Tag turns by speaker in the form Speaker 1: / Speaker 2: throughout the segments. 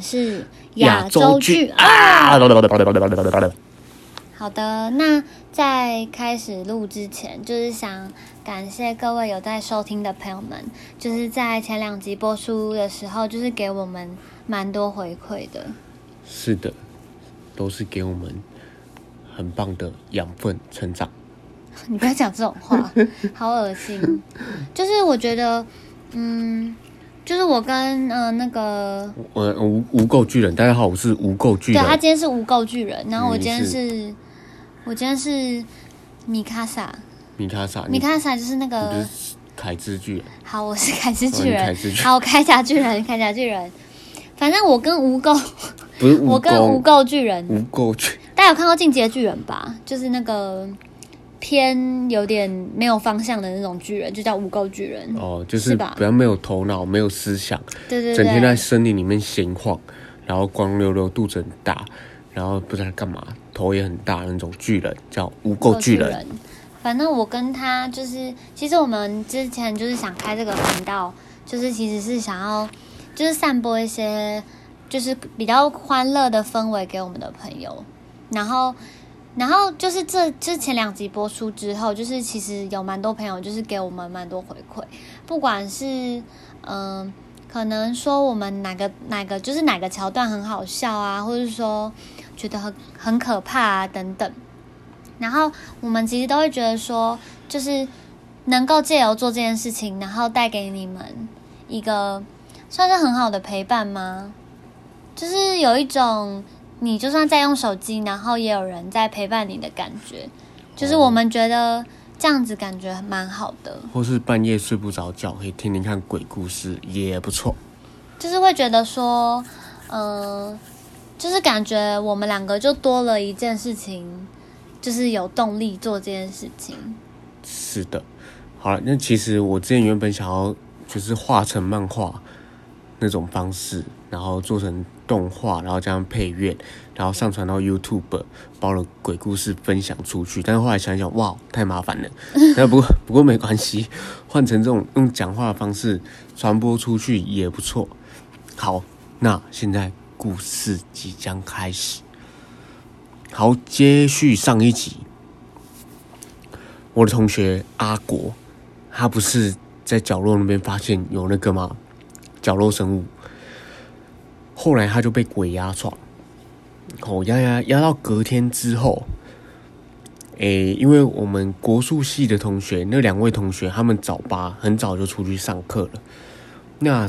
Speaker 1: 是亚洲剧啊
Speaker 2: 啊！
Speaker 1: 好的，那在开始录之前，就是想感谢各位有在收听的朋友们，就是在前两集播出的时候，就是给我们蛮多回馈的。
Speaker 2: 是的，都是给我们很棒的养分成长。
Speaker 1: 你不要讲这种话，好恶 心。就是我觉得，嗯，就是我跟呃那个，
Speaker 2: 我无无垢巨人，大家好，我是无垢巨
Speaker 1: 对
Speaker 2: 人。
Speaker 1: 他今天是无垢巨人，然后我
Speaker 2: 嗯
Speaker 1: 今天
Speaker 2: 是
Speaker 1: 是，我今天是米卡萨，
Speaker 2: 米卡萨，
Speaker 1: 米
Speaker 2: 啊你
Speaker 1: 卡呃萨就是那
Speaker 2: 你不
Speaker 1: 个
Speaker 2: 是凯之巨人，
Speaker 1: 好，我是铠甲巨
Speaker 2: 哦你
Speaker 1: 人
Speaker 2: 铠甲巨，人
Speaker 1: 好，铠甲巨人，铠甲巨人。反正我跟无 垢，
Speaker 2: 不是无
Speaker 1: 我跟无
Speaker 2: 垢
Speaker 1: 垢巨人，
Speaker 2: 无垢巨
Speaker 1: 大家有看过《进阶巨人》吧？就是那个偏有点没有方向的那种巨人，就叫无垢巨人。
Speaker 2: 哦，就是是
Speaker 1: 吧
Speaker 2: 比较没有头脑，没有思想，
Speaker 1: 对对
Speaker 2: 整天在
Speaker 1: 对，
Speaker 2: 森林里面闲晃，然后光溜溜，肚子很大，然后不知道干嘛，头也很大那种巨人，叫无垢巨人。。
Speaker 1: 反正我跟他就是，其实我们之前就是想开这个频道，就是其实是想要就是散播一些就是比较欢乐的氛围给我们的朋友。然后，然后就是这之前两集播出之后，就是其实有蛮多朋友就是给我们蛮多回馈，不管是嗯、可能说我们哪个哪个就是哪个桥段很好笑啊，或者说觉得很很可怕啊等等。然后我们其实都会觉得说，就是能够借由做这件事情，然后带给你们一个算是很好的陪伴吗？就是有一种你就算在用手机，然后也有人在陪伴你的感觉，就是我们觉得这样子感觉蛮好的，
Speaker 2: 或是半夜睡不着觉，可以听听看鬼故事也不错。
Speaker 1: 就是会觉得说，嗯、就是感觉我们两个就多了一件事情，就是有动力做这件事情。
Speaker 2: 是的，好了，那其实我之前原本想要就是画成漫画那种方式，然后做成动画，然后加上配乐，然后上传到 YouTube，包了鬼故事分享出去。但是后来想一想，哇，太麻烦了。 那不过不过没关系，换成这种用讲话的方式传播出去也不错。好，那现在故事即将开始。好，接续上一集，我的同学阿国，他不是在角落那边发现有那个吗？角落生物。后来他就被鬼压床，哦，压压压到隔天之后，诶、因为我们国术系的同学，那两位同学他们早八，很早就出去上课了，那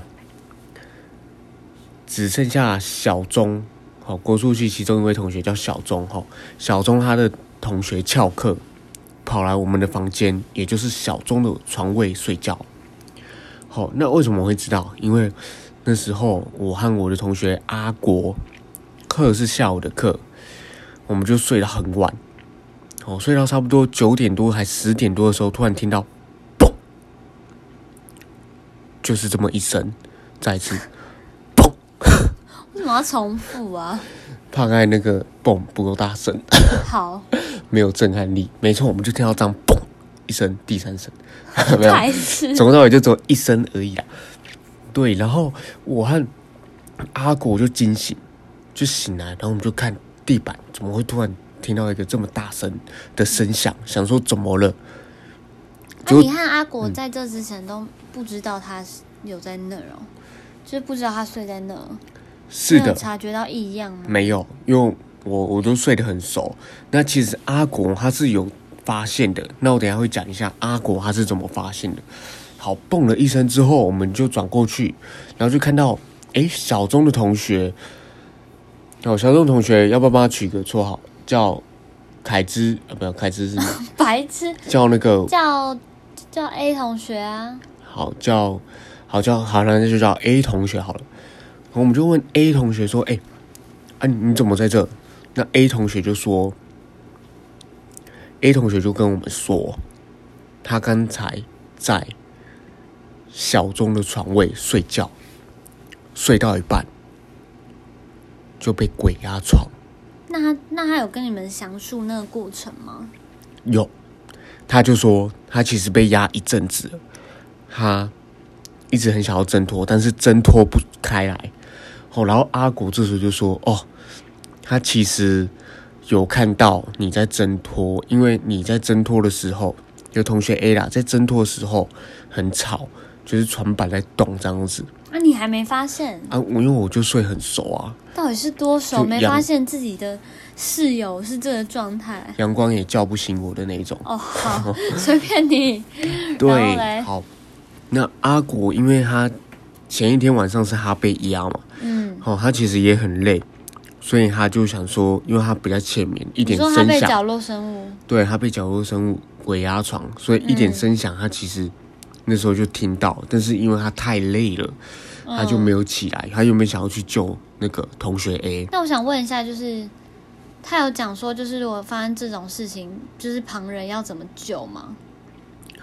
Speaker 2: 只剩下小钟，好、国术系其中一位同学叫小钟，哈、小钟他的同学翘课，跑来我们的房间，也就是小钟的床位睡觉。好，那为什么我会知道？因为那时候我和我的同学阿国课是下午的课，我们就睡到很晚，哦，睡到差不多九点多还十点多的时候，突然听到“砰”，就是这么一声，再一次“砰
Speaker 1: 为什么要重复啊？”，
Speaker 2: 大概那个“砰”不够大声，
Speaker 1: 好，
Speaker 2: 没有震撼力。没错，我们就听到这样“砰”一声，第三声， 没有。
Speaker 1: 白痴。
Speaker 2: 从头到尾就只有一声而已啦。对，然后我和阿果就惊醒，就醒来，然后我们就看地板，怎么会突然听到一个这么大声的声响？想说怎么了？
Speaker 1: 那、
Speaker 2: 就
Speaker 1: 啊
Speaker 2: 嗯
Speaker 1: 你看阿果在这之前都不知道他是有在那儿哦，就是不知道他睡在那儿，没
Speaker 2: 是
Speaker 1: 有
Speaker 2: 的，
Speaker 1: 察觉到异样吗？
Speaker 2: 没有，因为我我都睡得很熟。那其实阿果他是有发现的，那我等一下会讲一下阿果他是怎么发现的。好，蹦了一声之后，我们就转过去，然后就看到，诶，小钟的同学，哦，小钟同学，要不要帮他取个绰号，叫凯之？呃，不，凯之是什么
Speaker 1: 白痴，
Speaker 2: 叫那个
Speaker 1: 叫叫 A 同学啊，
Speaker 2: 好叫好叫好，那就叫 A 同学好了。然后我们就问 A 同学说：“哎、啊你你怎么在这？”那 A 同学就说：“A 同学就跟我们说，他刚才在小钟的床位睡觉，睡到一半就被鬼压床。
Speaker 1: 那他那他有跟你们详述那个过程吗？
Speaker 2: 有，他就说他其实被压一阵子了，他一直很想要挣脱，但是挣脱不开来。哦，然后阿果这时候就说：“哦，他其实有看到你在挣脱，因为你在挣脱的时候，有同学 A 啦，在挣脱的时候很吵，就是船板在动这样子
Speaker 1: 啊，你还没发现，
Speaker 2: 啊。我因为我就睡很熟啊，
Speaker 1: 到底是多熟？
Speaker 2: 就
Speaker 1: 没
Speaker 2: 养
Speaker 1: 发现自己的室友是这个状态
Speaker 2: 阳光也叫不醒我的那一种。
Speaker 1: 哦。 好，随便你。然后嘞
Speaker 2: 对，好，那阿果因为他前一天晚上是他被压嘛，
Speaker 1: 嗯，
Speaker 2: 哦，他其实也很累，所以他就想说，因为他比较浅眠，一
Speaker 1: 你
Speaker 2: 点
Speaker 1: 说他
Speaker 2: 声
Speaker 1: 被
Speaker 2: 响，
Speaker 1: 角落生物，
Speaker 2: 对他被角落生物鬼压床，所以一点声响他其实那时候就听到，但是因为他太累了，
Speaker 1: 嗯
Speaker 2: 他就没有起来，他原本想要去救那个同学 A，
Speaker 1: 那我想问一下，就是他有讲说，就是如果发生这种事情，就是旁人要怎么救吗？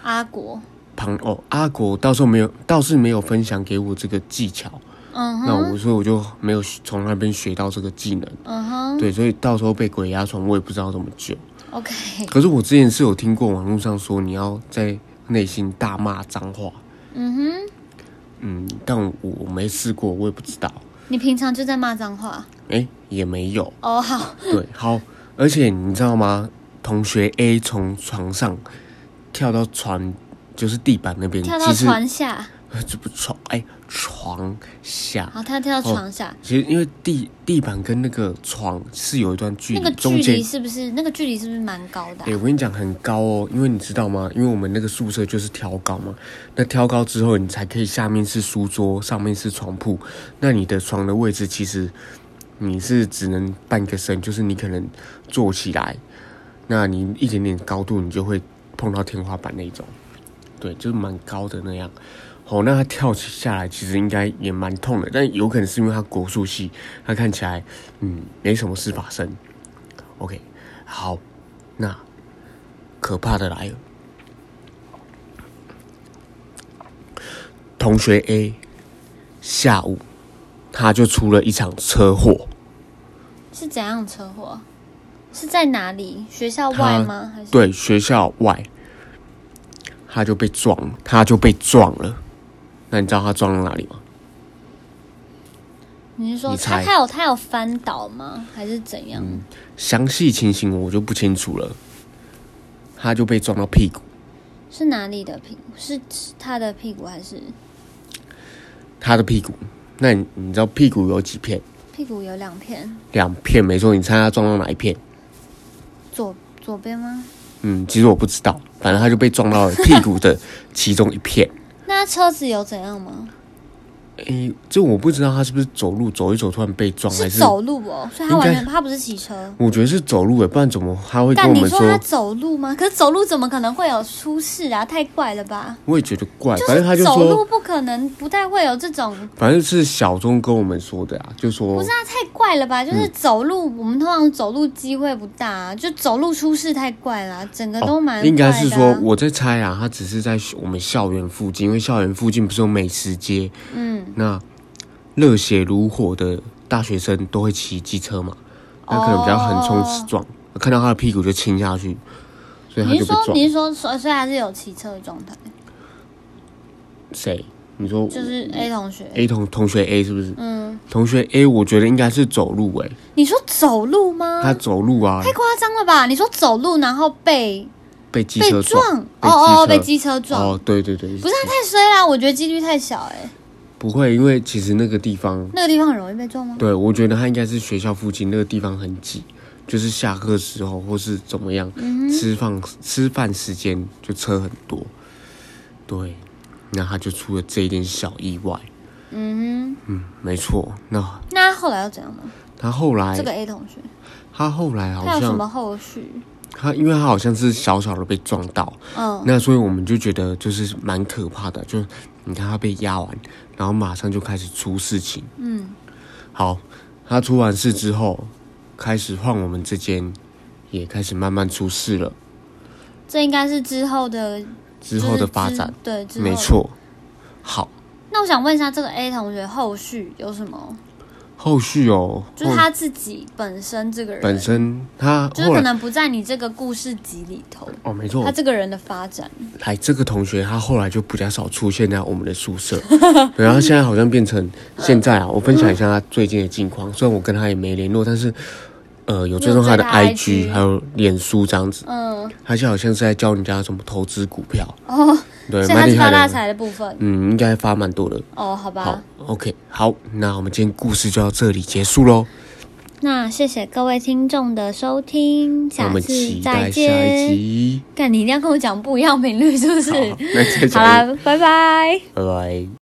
Speaker 1: 阿国，
Speaker 2: 旁哦阿果到时候没有，倒是没有分享给我这个技巧，
Speaker 1: 嗯
Speaker 2: 那
Speaker 1: 哼，
Speaker 2: 我所以我就没有从那边学到这个技能。
Speaker 1: 嗯哼
Speaker 2: 对，所以到时候被鬼压床，我也不知道怎么救。
Speaker 1: ，OK，
Speaker 2: 可是我之前是有听过网络上说，你要在内心大骂脏话，
Speaker 1: 嗯哼，
Speaker 2: 嗯，但我我没试过，我也不知道，
Speaker 1: 你平常就在骂脏话
Speaker 2: 哎、也没有。
Speaker 1: 哦，好，
Speaker 2: 对，好，而且你知道吗？同学 A 从床上跳到床，就是地板那边，
Speaker 1: 跳到
Speaker 2: 其实
Speaker 1: 床下，
Speaker 2: 这不床哎、床下。
Speaker 1: 好，他
Speaker 2: 哦
Speaker 1: 跳到床下，
Speaker 2: 其实因为地地板跟那个床是有一段距
Speaker 1: 那个
Speaker 2: 离，
Speaker 1: 距
Speaker 2: 嗯中间
Speaker 1: 离是不是那个距离是不是蛮高的啊、
Speaker 2: 哎、我跟你讲很高哦，因为你知道吗？因为我们那个宿舍就是挑高嘛，那挑高之后，你才可以下面是书桌，上面是床铺。那你的床的位置其实你是只能半个身，就是你可能坐起来，那你一点点高度你就会碰到天花板那一种，对，就是蛮高的那样。哦，那他跳起下来其实应该也蛮痛的，但有可能是因为他国术系，他看起来嗯没什么事发生。OK，好，那可怕的来了。同学 A 下午他就出了一场车祸，
Speaker 1: 是怎样的车祸？是在哪里？学校外
Speaker 2: 他
Speaker 1: 吗？还是
Speaker 2: 对学校外，他就被撞，他就被撞了。那你知道他撞到哪里吗？
Speaker 1: 你是说
Speaker 2: 你
Speaker 1: 他
Speaker 2: 猜嗯
Speaker 1: 他有他有翻倒吗？还是怎样？
Speaker 2: 详细情形我就不清楚了。他就被撞到屁股，
Speaker 1: 是哪里的屁股？是是他的屁股还是
Speaker 2: 他的屁股。那你你知道屁股有几片？
Speaker 1: 屁股有两片？
Speaker 2: 两片没错。你猜他撞到哪一片？
Speaker 1: 左左边吗？
Speaker 2: 嗯，其实我不知道，反正他就被撞到了屁股的其中一 片。
Speaker 1: 那他车子有怎样吗？
Speaker 2: 诶、这我不知道他是不是走路走一走突然被撞，还
Speaker 1: 是
Speaker 2: 是
Speaker 1: 走路哦，所以他
Speaker 2: 应
Speaker 1: 完
Speaker 2: 该
Speaker 1: 全他不是骑车。
Speaker 2: 我觉得是走路诶、不然怎么他会跟
Speaker 1: 但
Speaker 2: 我
Speaker 1: 你
Speaker 2: 们
Speaker 1: 说他走路吗？可是走路怎么可能会有出事啊？太怪了吧！
Speaker 2: 我也觉得怪，
Speaker 1: 就
Speaker 2: 反正他
Speaker 1: 是
Speaker 2: 就
Speaker 1: 走路
Speaker 2: 说，
Speaker 1: 不可能，不太会有这种。
Speaker 2: 反正是小钟跟我们说的啊，就说
Speaker 1: 不是啊，太怪了吧！
Speaker 2: 嗯
Speaker 1: 就是走路，我们通常走路机会不大、啊，就走路出事太怪了啊、整个都蛮、怪
Speaker 2: 哦应该是
Speaker 1: 的
Speaker 2: 说
Speaker 1: 啊
Speaker 2: 我在猜啊，他只是在我们校园附近，因为校园附近不是有美食街，嗯，那热血如火的大学生都会骑机车嘛，那可能比较横冲直撞，啊看到他的屁股就亲下去，所以
Speaker 1: 哦
Speaker 2: 他
Speaker 1: 你是
Speaker 2: 就被
Speaker 1: 说
Speaker 2: 撞
Speaker 1: 你。是说，所所以还是有骑车的状态，
Speaker 2: 谁？你说
Speaker 1: 就是 A 同学，
Speaker 2: 嗯 A 同同学 A 是不是？
Speaker 1: 嗯，
Speaker 2: 同学 A，我觉得应该是走路诶、
Speaker 1: 你说走路吗？
Speaker 2: 他走路啊，
Speaker 1: 太夸张了吧！你说走路然后被
Speaker 2: 被机
Speaker 1: 被
Speaker 2: 车
Speaker 1: 撞，哦
Speaker 2: 被
Speaker 1: 哦，哦被机
Speaker 2: 机
Speaker 1: 车
Speaker 2: 车
Speaker 1: 撞，
Speaker 2: 哦，对对对，
Speaker 1: 不是啊太衰啦，我觉得几率太小哎、
Speaker 2: 不会，因为其实那个地方，
Speaker 1: 那个地方很容易被撞吗？
Speaker 2: 对我觉得他应该是学校附近那个地方很挤，就是下课时候或是怎么样，
Speaker 1: 嗯
Speaker 2: 吃饭吃饭时间就车很多，对，那他就出了这一点小意外，
Speaker 1: 嗯哼，
Speaker 2: 没错。那
Speaker 1: 那他后来又怎样呢？
Speaker 2: 他后来，
Speaker 1: 这个 A 同学
Speaker 2: 他后来好
Speaker 1: 他有什
Speaker 2: 像
Speaker 1: 么后续？
Speaker 2: 他，因为他好像是小小的被撞到，
Speaker 1: 嗯，
Speaker 2: 那所以我们就觉得就是蛮可怕的，就你看他被压完，然后马上就开始出事情。嗯，好，他出完事之后，开始换我们这间也开始慢慢出事了。
Speaker 1: 这应该是之后的
Speaker 2: 之后的发
Speaker 1: 就
Speaker 2: 展
Speaker 1: 是，对，之后的
Speaker 2: 没。错。好，
Speaker 1: 那我想问一下，这个 A 同学后续有什么？
Speaker 2: 后续哦，
Speaker 1: 就是
Speaker 2: 后
Speaker 1: 他自己本身这个人，
Speaker 2: 本身他
Speaker 1: 就是
Speaker 2: 后
Speaker 1: 可
Speaker 2: 来
Speaker 1: 能不在你这个故事集里头，
Speaker 2: 哦，没错
Speaker 1: 他，这个人的发展，
Speaker 2: 来这个同学他后来就比较少出现在我们的宿舍，对然后现在好像变成现在啊，我分享一下他最近的近况，虽然我跟他也没联络，但是呃有追踪他的
Speaker 1: 有追他
Speaker 2: IG 还有脸书这样子，
Speaker 1: 嗯，
Speaker 2: 他现在好像是在教人家怎么投资股票，
Speaker 1: 哦，
Speaker 2: 对，
Speaker 1: 所以他
Speaker 2: 蛮
Speaker 1: 是
Speaker 2: 厉
Speaker 1: 发大
Speaker 2: 害的，
Speaker 1: 财的部分，
Speaker 2: 嗯，应该发蛮多的。
Speaker 1: 哦，好吧，
Speaker 2: 好，OK，好，那我们今天故事就到这里结束喽，
Speaker 1: 那谢谢各位听众的收听，
Speaker 2: 那我
Speaker 1: 下
Speaker 2: 们
Speaker 1: 次
Speaker 2: 期
Speaker 1: 再
Speaker 2: 待下一
Speaker 1: 见。
Speaker 2: 集。
Speaker 1: 干，你一定要跟我讲不一样频率，是不是
Speaker 2: 好？，那再
Speaker 1: 好啊
Speaker 2: 见，
Speaker 1: 啦，拜拜。
Speaker 2: 拜拜。